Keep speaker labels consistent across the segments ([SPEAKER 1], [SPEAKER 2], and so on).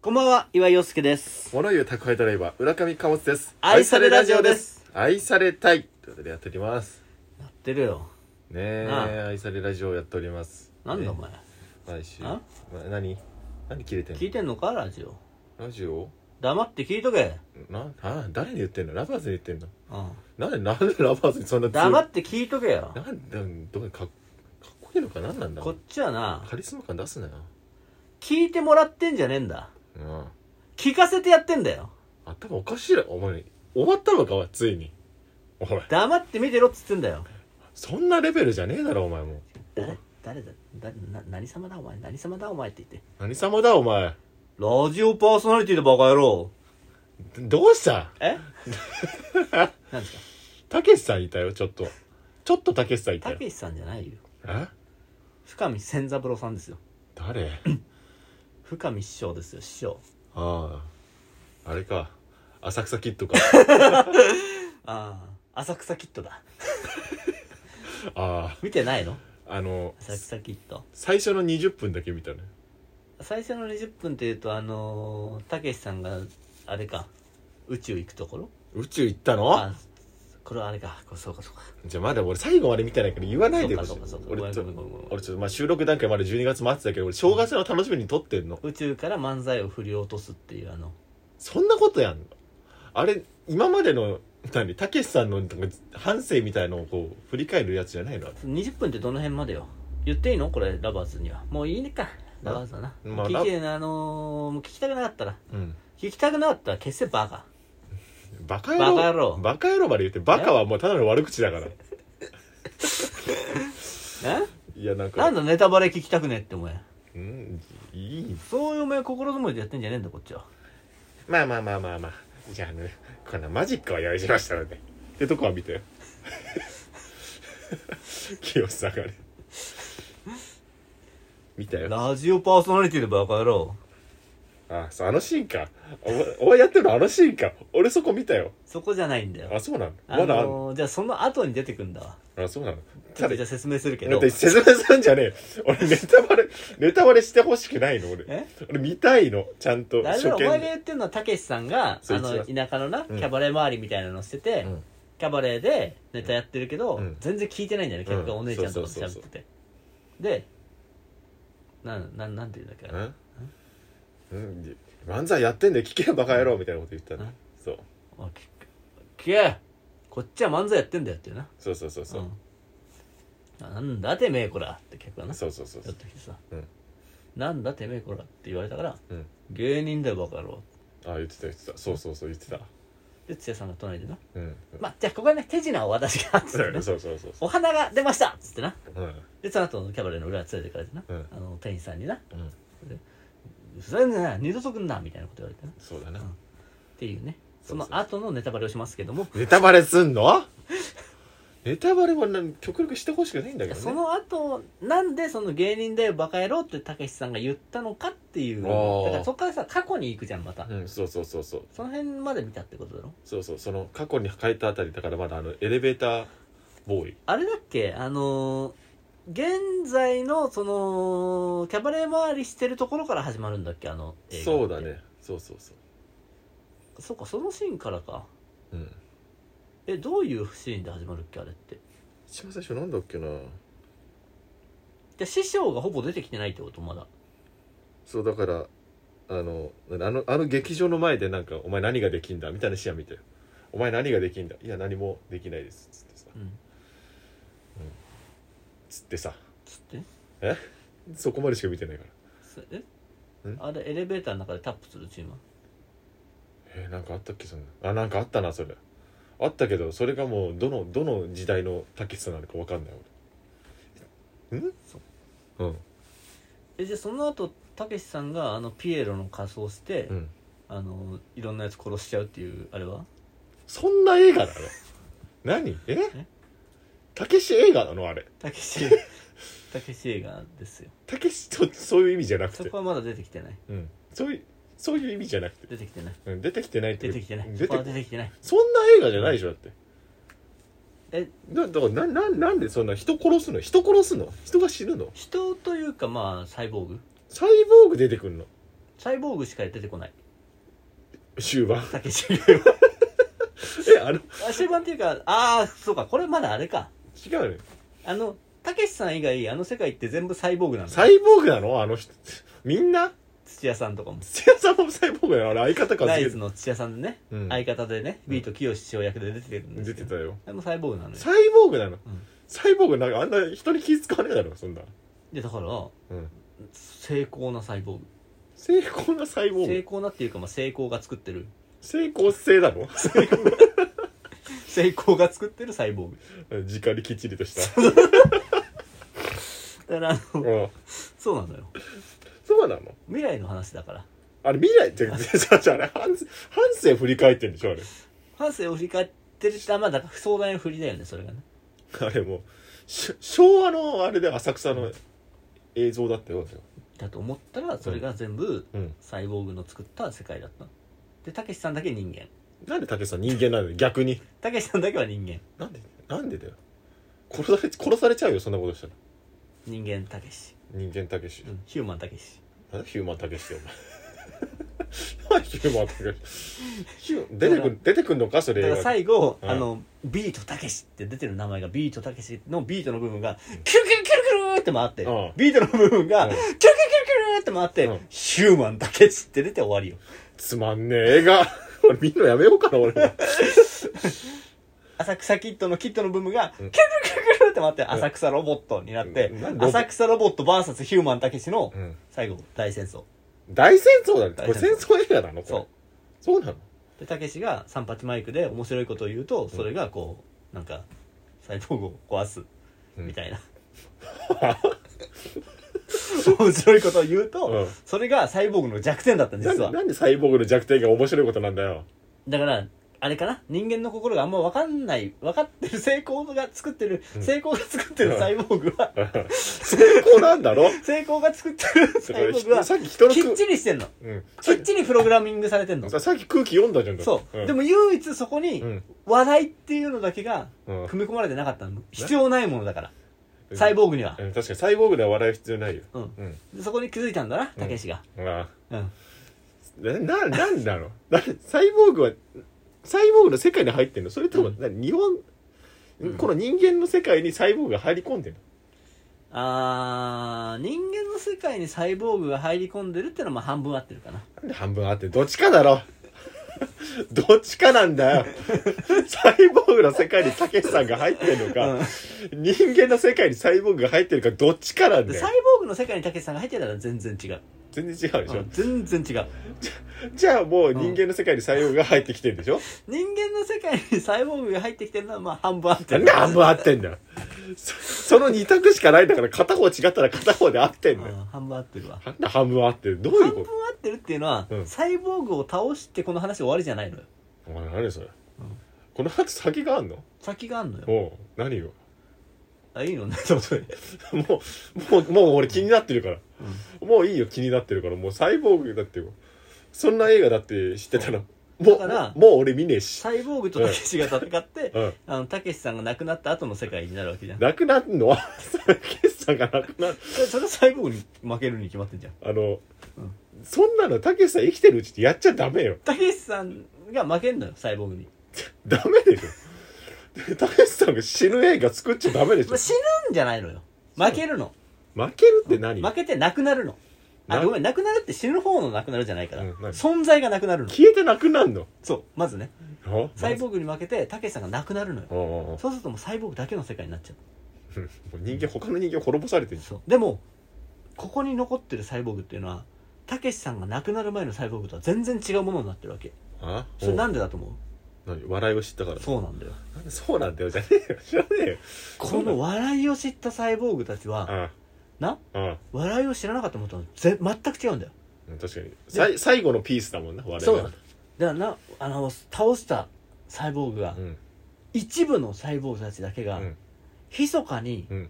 [SPEAKER 1] こんばんは、岩井陽介です。
[SPEAKER 2] 物言う宅配ドライバー浦上貨物です
[SPEAKER 1] 愛されラジオです
[SPEAKER 2] 愛されたいということでやっております
[SPEAKER 1] やってるよ。
[SPEAKER 2] ねえ
[SPEAKER 1] あ
[SPEAKER 2] 愛されラジオをやっております
[SPEAKER 1] なんだお
[SPEAKER 2] ね
[SPEAKER 1] 前。
[SPEAKER 2] 毎週
[SPEAKER 1] あ
[SPEAKER 2] な何何切れてんの
[SPEAKER 1] 聞いてんのかラジオ。
[SPEAKER 2] ラジオ
[SPEAKER 1] 黙って聞いとけ。
[SPEAKER 2] なあ誰に言ってんのラバーズに言ってんの
[SPEAKER 1] うん。
[SPEAKER 2] なんでなんでラバーズにそんな強い
[SPEAKER 1] 黙って聞いとけよ。
[SPEAKER 2] なんでどうかっかっこいいのか何なんだ
[SPEAKER 1] こっちはな、
[SPEAKER 2] カリスマ感出すなよ
[SPEAKER 1] 聞いてもらってんじゃねえんだ。
[SPEAKER 2] うん
[SPEAKER 1] 聞かせてやってんだよ。
[SPEAKER 2] 頭おかしいなお前終わったのかお前ついにおい
[SPEAKER 1] 黙って見てろっつってんだよ。
[SPEAKER 2] そんなレベルじゃねえだろお前もう
[SPEAKER 1] 誰誰だだな何様だお前何様だお前って言って
[SPEAKER 2] 何様だお前
[SPEAKER 1] ラジオパーソナリティでバカ野郎
[SPEAKER 2] どうした
[SPEAKER 1] えなんですか
[SPEAKER 2] たけしさんいたよちょっとちょっとたけしさんいた
[SPEAKER 1] た
[SPEAKER 2] よ
[SPEAKER 1] けしさんじゃないよ
[SPEAKER 2] え
[SPEAKER 1] 深見千三郎さんですよ
[SPEAKER 2] 誰
[SPEAKER 1] 深見師匠ですよ師匠
[SPEAKER 2] あああれか浅草キッ ドか
[SPEAKER 1] ああ浅草キッドだ
[SPEAKER 2] あ
[SPEAKER 1] 見てないの
[SPEAKER 2] ああの
[SPEAKER 1] 浅草キッド
[SPEAKER 2] 最初の20分だけ見たね
[SPEAKER 1] 最初の20分っていうとあのーたけしさんがあれか宇宙行くところ
[SPEAKER 2] 宇宙行ったの
[SPEAKER 1] あこれはあれかこれそうかそうか
[SPEAKER 2] じゃあまだ俺最後まで見てないから言わないでほし
[SPEAKER 1] そう
[SPEAKER 2] い
[SPEAKER 1] かそうかそうか
[SPEAKER 2] 俺ちょ
[SPEAKER 1] ごめんごめんごめん
[SPEAKER 2] 俺ちょっとまあ収録段階まで12月待ってたけど俺正月の楽しみに撮ってんの
[SPEAKER 1] 宇宙から漫才を振り落とすっていうあの
[SPEAKER 2] そんなことやんのあれ今までの何たけしさんのなんか反省みたいのをこう振り返るやつじゃないの
[SPEAKER 1] 20分ってどの辺までよ言っていいのこれラバーズにはもういいねかラバーズはな、
[SPEAKER 2] まあ
[SPEAKER 1] 聞きあのーもう聞きたくなかったら
[SPEAKER 2] うん
[SPEAKER 1] 聞きたくなかったら決してバカ
[SPEAKER 2] バカ
[SPEAKER 1] バカ野
[SPEAKER 2] 野郎
[SPEAKER 1] 郎
[SPEAKER 2] バカ野郎まで言ってバカはもうただの悪口だから
[SPEAKER 1] え
[SPEAKER 2] いやなんか
[SPEAKER 1] なんだネタバレ聞きたくねえってお前
[SPEAKER 2] うんいい
[SPEAKER 1] そういうお前心づもりでやってんじゃねえんだこっちは
[SPEAKER 2] まあまあまあまあまあじゃあねこんなマジックを用意しましたのでってとこは見て 清さがね見たよ
[SPEAKER 1] ラジオパーソナリティでバカ野郎
[SPEAKER 2] あそうあのシーンかお前お前やってるのあのシーンか俺そこ見たよ
[SPEAKER 1] そこじゃないんだよ
[SPEAKER 2] あそうなの
[SPEAKER 1] あ
[SPEAKER 2] まだあんの
[SPEAKER 1] のーじゃあその後に出てくんだわ
[SPEAKER 2] あそうなの
[SPEAKER 1] ちょ
[SPEAKER 2] た
[SPEAKER 1] っとじゃ
[SPEAKER 2] だ
[SPEAKER 1] あ説明するけ
[SPEAKER 2] だ
[SPEAKER 1] ど
[SPEAKER 2] って説明するんじゃねえよ俺ネタバレネタバレしてほしくないの俺
[SPEAKER 1] え
[SPEAKER 2] 俺見たいのちゃんと
[SPEAKER 1] だ
[SPEAKER 2] 初
[SPEAKER 1] からお前が
[SPEAKER 2] 見
[SPEAKER 1] 言
[SPEAKER 2] で
[SPEAKER 1] ってるのはたけしさんがあ
[SPEAKER 2] そう
[SPEAKER 1] の
[SPEAKER 2] 一
[SPEAKER 1] 田舎のな、
[SPEAKER 2] うん
[SPEAKER 1] キャバレー周りみたいなのしてて、
[SPEAKER 2] うん
[SPEAKER 1] キャバレーでネタやってるけど、
[SPEAKER 2] うん
[SPEAKER 1] 全然聞いてないんだよね客が
[SPEAKER 2] うん
[SPEAKER 1] お姉ちゃんとかと
[SPEAKER 2] そうそうそ
[SPEAKER 1] 喋
[SPEAKER 2] う
[SPEAKER 1] ってて、でなんなんなんて言うんだっけな
[SPEAKER 2] うん漫才やってんだよ聞けよバカ野郎みたいなこと言ったの
[SPEAKER 1] うん
[SPEAKER 2] そう
[SPEAKER 1] おい聞け聞けこっちは漫才やってんだよっていうな
[SPEAKER 2] そうそうそうそう、
[SPEAKER 1] うんなんだてめえこらって客がな
[SPEAKER 2] そうそうそうそ
[SPEAKER 1] 寄っ
[SPEAKER 2] う
[SPEAKER 1] てきてさ、
[SPEAKER 2] うん
[SPEAKER 1] なんだてめえこらって言われたから、
[SPEAKER 2] うん
[SPEAKER 1] 芸人だよバカ野郎
[SPEAKER 2] あ言ってた言ってたそうそうそう言ってた
[SPEAKER 1] で土屋さんが隣でな
[SPEAKER 2] うん
[SPEAKER 1] まあじゃあここはね手品を私がっつって
[SPEAKER 2] そう
[SPEAKER 1] ね
[SPEAKER 2] そうそうそう
[SPEAKER 1] お花が出ましたっつってな
[SPEAKER 2] うん
[SPEAKER 1] でその後キャバレーの裏に連れてかれてな、
[SPEAKER 2] うん
[SPEAKER 1] あの店員さんにな
[SPEAKER 2] うん
[SPEAKER 1] 「ふざけんな二度と来んな」みたいなこと言われてなっ
[SPEAKER 2] そうだな、
[SPEAKER 1] うんていうねそ
[SPEAKER 2] そう
[SPEAKER 1] の
[SPEAKER 2] そうそう
[SPEAKER 1] 後のネタバレをしますけども
[SPEAKER 2] ネタバレすんのネタバレもなん極力してほしくないんだけどね
[SPEAKER 1] その後なんでその芸人だよバカ野郎ってたけしさんが言ったのかっていう
[SPEAKER 2] あー
[SPEAKER 1] だからそこからさ過去に行くじゃんまた、
[SPEAKER 2] うんそうそうそうそう
[SPEAKER 1] その辺まで見たってことだろ
[SPEAKER 2] そうそうその過去に変えたあたりだからまだあのエレベーターボーイ
[SPEAKER 1] あれだっけあのー現在のそのキャバレー回りしてるところから始まるんだっけあの映画って
[SPEAKER 2] そうだねそうそうそ
[SPEAKER 1] そうかそのシーンからか
[SPEAKER 2] ううん
[SPEAKER 1] えどういうシーンで始まるっけあれって
[SPEAKER 2] 一番最初なんだっけな
[SPEAKER 1] で師匠がほぼ出てきてないってことまだ
[SPEAKER 2] そうだからあのあのあの劇場の前でなんか「お前何ができんだ」みたいな視野見て「お前何ができんだ」「いや何もできないです」つってさ
[SPEAKER 1] うん
[SPEAKER 2] つってさ
[SPEAKER 1] つって
[SPEAKER 2] そこまでしか見てないから
[SPEAKER 1] すえ
[SPEAKER 2] ん
[SPEAKER 1] あれエレベーターの中でタップするチームは
[SPEAKER 2] えー、なんかあったっけそんなあなんかあったなそれあったけどそれがもうどのどの時代のたけしさんなのかわかんない俺ん
[SPEAKER 1] そ
[SPEAKER 2] うん
[SPEAKER 1] えじゃあその後たけしさんがあのピエロの仮装して、
[SPEAKER 2] うん
[SPEAKER 1] あのいろんなやつ殺しちゃうっていうあれは
[SPEAKER 2] そんな映画なの何え
[SPEAKER 1] え
[SPEAKER 2] たけし映画なのあれ
[SPEAKER 1] たけ したけし映画ですよ
[SPEAKER 2] たけしとそういう意味じゃなく
[SPEAKER 1] そ
[SPEAKER 2] て
[SPEAKER 1] こはまだ出てきてない
[SPEAKER 2] うんそういうそういう意味じゃなくて
[SPEAKER 1] 出てきてない
[SPEAKER 2] うん出てきてないって
[SPEAKER 1] 出てきてない
[SPEAKER 2] 出
[SPEAKER 1] そ
[SPEAKER 2] て
[SPEAKER 1] こは出てきてない
[SPEAKER 2] そんな映画じゃないでしょだって
[SPEAKER 1] え
[SPEAKER 2] だだからなななんでそんな人殺すの人殺すの人が死ぬの
[SPEAKER 1] 人というかまあサイボーグ
[SPEAKER 2] サイボーグ出てくんの
[SPEAKER 1] サイボーグしか出てこない
[SPEAKER 2] 終盤
[SPEAKER 1] たけし以外は
[SPEAKER 2] えあれ
[SPEAKER 1] あ終盤っていうかああそうかこれまだあれか
[SPEAKER 2] 違うね
[SPEAKER 1] あのたけしさん以外あの世界って全部サイボーグなんだ
[SPEAKER 2] サイボーグなのあの人みんな
[SPEAKER 1] 土屋さんとかも
[SPEAKER 2] 土屋さんもサイボーグなのあれ相方か
[SPEAKER 1] ナイツの土屋さんでね、
[SPEAKER 2] うん
[SPEAKER 1] 相方でねビート清志師匠役で出てるんですけ
[SPEAKER 2] 出て
[SPEAKER 1] ど
[SPEAKER 2] たよ
[SPEAKER 1] あれもサイボーグなのよ
[SPEAKER 2] サイボーグなの、
[SPEAKER 1] ん
[SPEAKER 2] サイボーグなんかあんな人に気使わねえだろそんな、
[SPEAKER 1] でだから
[SPEAKER 2] うん、
[SPEAKER 1] 成功なサイボーグ
[SPEAKER 2] 成功なサイボ
[SPEAKER 1] 成
[SPEAKER 2] ーグ
[SPEAKER 1] 功なっていうか、まあ、成功が作ってる
[SPEAKER 2] 成功性だろ
[SPEAKER 1] 成功が作ってるサイボーグ
[SPEAKER 2] 直にきっちりとした
[SPEAKER 1] だからあの
[SPEAKER 2] うん
[SPEAKER 1] そうなのよ
[SPEAKER 2] そうなの
[SPEAKER 1] 未来の話だから
[SPEAKER 2] あれ未来 ってじゃじゃあれ半生半生振り返ってんでしょあれ
[SPEAKER 1] 半生を振り返ってるってあまあだから壮大な振りだよねそれがね
[SPEAKER 2] あれもうし昭和のあれで浅草の映像だったよそれは
[SPEAKER 1] だと思ったらそれが全部
[SPEAKER 2] うん
[SPEAKER 1] サイボーグの作った世界だったのでたけしさんだけ人間
[SPEAKER 2] なんで武さん人間なのに逆に
[SPEAKER 1] たけしさんだけは人間
[SPEAKER 2] なんでなんでだよ殺され殺されちゃうよそんなことしたら
[SPEAKER 1] 人間たけし、
[SPEAKER 2] 人間たけし
[SPEAKER 1] うん、ヒューマンたけし
[SPEAKER 2] なんでヒューマンたけしってお前 なんでヒューマンたけしヒュー出てくん出てくんのかそ
[SPEAKER 1] だ
[SPEAKER 2] れ
[SPEAKER 1] から最後、
[SPEAKER 2] うん
[SPEAKER 1] あのビートたけしって出てる名前がビートたけしのビートの部分がキュルキュルキュルキュルって回って、
[SPEAKER 2] うん
[SPEAKER 1] ビートの部分が、
[SPEAKER 2] うん
[SPEAKER 1] キュルキュルキュルキュルって回って、
[SPEAKER 2] うん
[SPEAKER 1] ヒューマンたけしって出て終わりよ
[SPEAKER 2] つまんねえ映画 俺見んのやめようかな俺も
[SPEAKER 1] 浅草キッドのキッドの部分が、キュ
[SPEAKER 2] う
[SPEAKER 1] ル
[SPEAKER 2] ん
[SPEAKER 1] キュルキュルキュルって回って浅草ロボットになって、
[SPEAKER 2] うんなんで
[SPEAKER 1] 浅草ロボット VS ヒューマンたけしの
[SPEAKER 2] うん
[SPEAKER 1] 最後大戦争
[SPEAKER 2] 大戦争だねこ
[SPEAKER 1] 大
[SPEAKER 2] れ
[SPEAKER 1] 戦
[SPEAKER 2] 戦争映画なのこれ
[SPEAKER 1] そう
[SPEAKER 2] そうなの
[SPEAKER 1] でたけしが三八マイクで面白いことを言うとそれがこうなんかサイボーグを壊す
[SPEAKER 2] うん
[SPEAKER 1] みたい な、面白いことを言うと、
[SPEAKER 2] うん
[SPEAKER 1] それがサイボーグの弱点だったんです
[SPEAKER 2] な
[SPEAKER 1] わ
[SPEAKER 2] んなんでサイボーグの弱点が面白いことなん だよ
[SPEAKER 1] だからあれかな人間の心があんま分かんない分かってる成功が作ってる、
[SPEAKER 2] うん
[SPEAKER 1] 成功が作ってるサイボーグは、
[SPEAKER 2] 成功なんだろ
[SPEAKER 1] 成功が作ってるサイボーグは
[SPEAKER 2] さっき人の
[SPEAKER 1] き
[SPEAKER 2] 空
[SPEAKER 1] っちりしてんの
[SPEAKER 2] うん
[SPEAKER 1] きっちりプログラミングされてんの
[SPEAKER 2] ささっき空気読んだじゃんだって
[SPEAKER 1] そう、
[SPEAKER 2] ん
[SPEAKER 1] でも唯一そこに
[SPEAKER 2] うん
[SPEAKER 1] 話題っていうのだけが
[SPEAKER 2] うん
[SPEAKER 1] 組み込まれてなかったの必要ないものだからサイボーグには
[SPEAKER 2] う、ん確かにサイボーグでは笑う必要ないよ
[SPEAKER 1] うん
[SPEAKER 2] うん
[SPEAKER 1] でそこに気づいたんだなたけしが
[SPEAKER 2] あ
[SPEAKER 1] うん
[SPEAKER 2] なななんだろうなサイボーグはサイボーグの世界に入ってんのそれとも、
[SPEAKER 1] うん
[SPEAKER 2] な日本、
[SPEAKER 1] うん
[SPEAKER 2] この人間の世界にサイボーグが入り込んでんの
[SPEAKER 1] あー人間の世界にサイボーグが入り込んでるってのはまあ半分合ってるかな
[SPEAKER 2] なんで半分あってどっちかだろ どっちかなんだ よサイボーグの世界にたけしさんが入ってんのか、人間の世界にサイボーグが入ってるかどっちかなん
[SPEAKER 1] で
[SPEAKER 2] だ
[SPEAKER 1] サイ
[SPEAKER 2] よ
[SPEAKER 1] ボーグの世界にたけしさんが入ってたら全然違う、
[SPEAKER 2] 全然違うでしょ、
[SPEAKER 1] うん全然違う
[SPEAKER 2] じゃあもう人間の世界にサイボーグが入ってきてるでしょ、
[SPEAKER 1] 人間の世界にサイボーグが入ってきてるのはまあ半分合って
[SPEAKER 2] なん
[SPEAKER 1] る
[SPEAKER 2] で半分合ってんだよそその二択しかないんだから片方違ったら片方で合ってんだよ、
[SPEAKER 1] うん半分合ってるわ
[SPEAKER 2] なんで半分合ってるどうい
[SPEAKER 1] 半
[SPEAKER 2] う
[SPEAKER 1] 分
[SPEAKER 2] こ
[SPEAKER 1] 合ってるっていうのは、
[SPEAKER 2] うん
[SPEAKER 1] サイボーグを倒してこの話終わりじゃないのよ
[SPEAKER 2] とお前何それ、この後先があんの
[SPEAKER 1] 先があんのよ
[SPEAKER 2] おう何よ
[SPEAKER 1] あいいの ねと思って
[SPEAKER 2] もうもうもう俺気になってるから、もういいよ気になってるからもうサイボーグだってよそんな映画だって知ってたらもう
[SPEAKER 1] だから
[SPEAKER 2] もう俺見ねえし、
[SPEAKER 1] サイボーグとたけしが戦って、
[SPEAKER 2] うん、
[SPEAKER 1] あのたけしさんが亡くなった後の世界になるわけじゃん
[SPEAKER 2] なくなるのは決算がなくなる
[SPEAKER 1] それそれサイボーグに負けるに決まってんじゃん
[SPEAKER 2] あの、
[SPEAKER 1] うん
[SPEAKER 2] そんなのたけしさん生きてるうちってやっちゃダメよ
[SPEAKER 1] たけしさんが負けんのよサイボーグに、
[SPEAKER 2] ダメでしょでたけしさんが死ぬ映画作っちゃダメでし
[SPEAKER 1] まあ、
[SPEAKER 2] ょ
[SPEAKER 1] 死ぬんじゃないのよ負けるの
[SPEAKER 2] 負けるって何、
[SPEAKER 1] 負けてなくなるのあ
[SPEAKER 2] な
[SPEAKER 1] ごめんなくなるって死ぬ方のなくなるじゃないから、
[SPEAKER 2] うん何
[SPEAKER 1] 存在がなくなるの
[SPEAKER 2] 消えてなくなんの
[SPEAKER 1] そうまずね
[SPEAKER 2] あ
[SPEAKER 1] サイボーグに負けてたけしさんがなくなるのよ
[SPEAKER 2] ああああも
[SPEAKER 1] そうするともうサイボーグだけの世界になっちゃ
[SPEAKER 2] う人間他の人間滅ぼされて
[SPEAKER 1] う
[SPEAKER 2] る
[SPEAKER 1] そうでもここに残ってるサイボーグっていうのはたけしさんが亡くなる前のサイボーグとは全然違うものになってるわけ
[SPEAKER 2] あ
[SPEAKER 1] それなんでだと思う
[SPEAKER 2] 何笑いを知ったから
[SPEAKER 1] そうなんだよ
[SPEAKER 2] なんで そうなんだよじゃねえよ知らねえよ
[SPEAKER 1] この笑いを知ったサイボーグたちは
[SPEAKER 2] あ
[SPEAKER 1] な
[SPEAKER 2] あああ
[SPEAKER 1] 笑いを知らなかったものとはぜ全く違うんだよ
[SPEAKER 2] うん確かにさい最後のピースだもんな笑いが
[SPEAKER 1] そうなんだだからなあの倒したサイボーグが、
[SPEAKER 2] うん
[SPEAKER 1] 一部のサイボーグたちだけ
[SPEAKER 2] う
[SPEAKER 1] が、
[SPEAKER 2] ん
[SPEAKER 1] 密かに
[SPEAKER 2] うん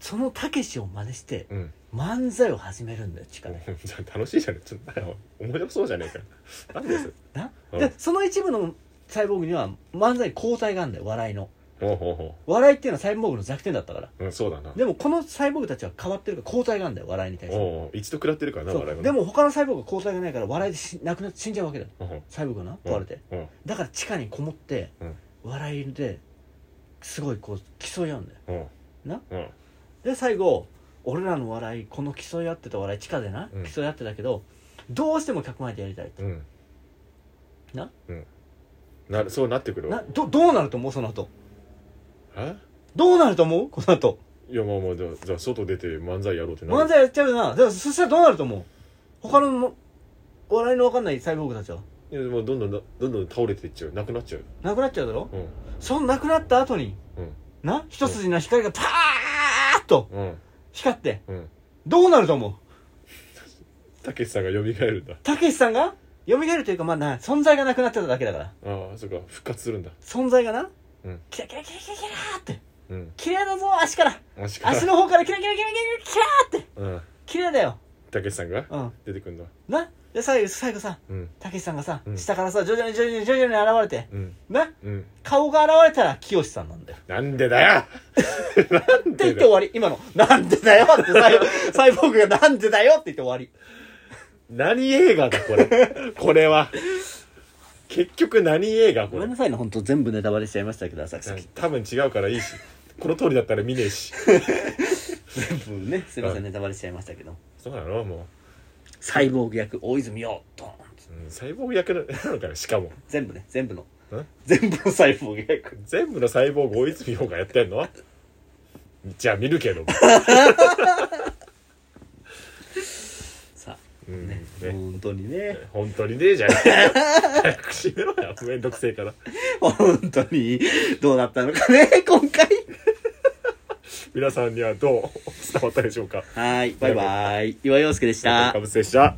[SPEAKER 1] そのたけしを真似して
[SPEAKER 2] うん
[SPEAKER 1] 漫才を始めるんだよ地下で、
[SPEAKER 2] じゃあ楽しいじゃねえちょっと面白そうじゃねえかなんです
[SPEAKER 1] な
[SPEAKER 2] うん
[SPEAKER 1] でその一部のサイボーグには漫才交代があるんだよ笑いの
[SPEAKER 2] ほうほうほ
[SPEAKER 1] 笑いっていうのはサイボーグの弱点だったから
[SPEAKER 2] ううんそうだな
[SPEAKER 1] でもこのサイボーグたちは変わってるから交代があるんだよ笑いに対して
[SPEAKER 2] おう一度食らってるからな
[SPEAKER 1] そ
[SPEAKER 2] 笑いは
[SPEAKER 1] うで
[SPEAKER 2] な
[SPEAKER 1] も他のサイボーグは交代がないから笑いでしなくなって死んじゃうわけだよ
[SPEAKER 2] うんうん
[SPEAKER 1] サイボーグがな壊れて
[SPEAKER 2] うん
[SPEAKER 1] だから地下にこもって
[SPEAKER 2] うん
[SPEAKER 1] 笑いですごいこう競い合うんだよ
[SPEAKER 2] うん
[SPEAKER 1] な
[SPEAKER 2] うん
[SPEAKER 1] で最後俺らの笑いこの競い合ってた笑い地下でな、
[SPEAKER 2] うん
[SPEAKER 1] 競い合ってたけどどうしても客前でやりたいって
[SPEAKER 2] うん
[SPEAKER 1] な
[SPEAKER 2] うんなるそうなってくるわ
[SPEAKER 1] などどうなると思うその後
[SPEAKER 2] え
[SPEAKER 1] どうなると思うこの後
[SPEAKER 2] いやまあまあじゃあじゃあ外出て漫才やろうってなる
[SPEAKER 1] 漫才やっちゃうなだからそしたらどうなると思う他のも笑いの分かんないサイボーグたちはい
[SPEAKER 2] やでもどんどんなどんどん倒れていっちゃうなくなっちゃう
[SPEAKER 1] なくなっちゃうだろ
[SPEAKER 2] うん
[SPEAKER 1] そのなくなった後に
[SPEAKER 2] うん
[SPEAKER 1] な一筋の光がパーッと
[SPEAKER 2] うん
[SPEAKER 1] 光って
[SPEAKER 2] うん
[SPEAKER 1] どうなると思う
[SPEAKER 2] たけしさんが蘇るんだ
[SPEAKER 1] たけしさんが蘇るというかまあな存在がなくなってただけだから
[SPEAKER 2] ああそっか復活するんだ
[SPEAKER 1] 存在がな、
[SPEAKER 2] うん
[SPEAKER 1] キラキラキラキラキラーって
[SPEAKER 2] うん
[SPEAKER 1] 綺麗だぞ足から
[SPEAKER 2] 足から
[SPEAKER 1] 足の方からキラキラキラキラキラーって
[SPEAKER 2] うん
[SPEAKER 1] 綺麗だよ
[SPEAKER 2] たけしさんが
[SPEAKER 1] うん
[SPEAKER 2] 出てくるんだ
[SPEAKER 1] なで最後最後さ
[SPEAKER 2] うん
[SPEAKER 1] たけしさんがさ、
[SPEAKER 2] うん
[SPEAKER 1] 下からさ徐々に徐々に徐々に現れて
[SPEAKER 2] うん
[SPEAKER 1] な
[SPEAKER 2] うん
[SPEAKER 1] 顔が現れたら清さんなんだよ
[SPEAKER 2] なんでだ よなん
[SPEAKER 1] って言
[SPEAKER 2] で
[SPEAKER 1] って
[SPEAKER 2] だ
[SPEAKER 1] 終
[SPEAKER 2] よ
[SPEAKER 1] わり今の「なんでだよ」って最後サイボーグが「なんでだよ」って言って終わり
[SPEAKER 2] 何映画だこれこれは結局何映画こ
[SPEAKER 1] ごめ
[SPEAKER 2] れ
[SPEAKER 1] んなさいね本当全部ネタバレしちゃいましたけど浅草
[SPEAKER 2] なん多分違うからいいしこの通りだったら見ねえし
[SPEAKER 1] 全部ねすいませ
[SPEAKER 2] うん
[SPEAKER 1] んネタバレしちゃいましたけど
[SPEAKER 2] そうなのも
[SPEAKER 1] サイボーグ役大泉洋ドーン
[SPEAKER 2] う、うん、サイボーグ役なのかなしかも
[SPEAKER 1] 全部ね全部の
[SPEAKER 2] ん
[SPEAKER 1] 全部のサイボーグ役
[SPEAKER 2] 全部のサイボーグ大泉洋がやってんのじゃあ見るけども、
[SPEAKER 1] さ
[SPEAKER 2] うんね
[SPEAKER 1] あ、本当にね
[SPEAKER 2] 本当にねえじゃん早くしめろよめんどくせえから
[SPEAKER 1] 本当にどうだったのかね今回
[SPEAKER 2] 皆さんにはどう伝わったでしょうか
[SPEAKER 1] はいバイバイ岩井陽介でした
[SPEAKER 2] かぶせでした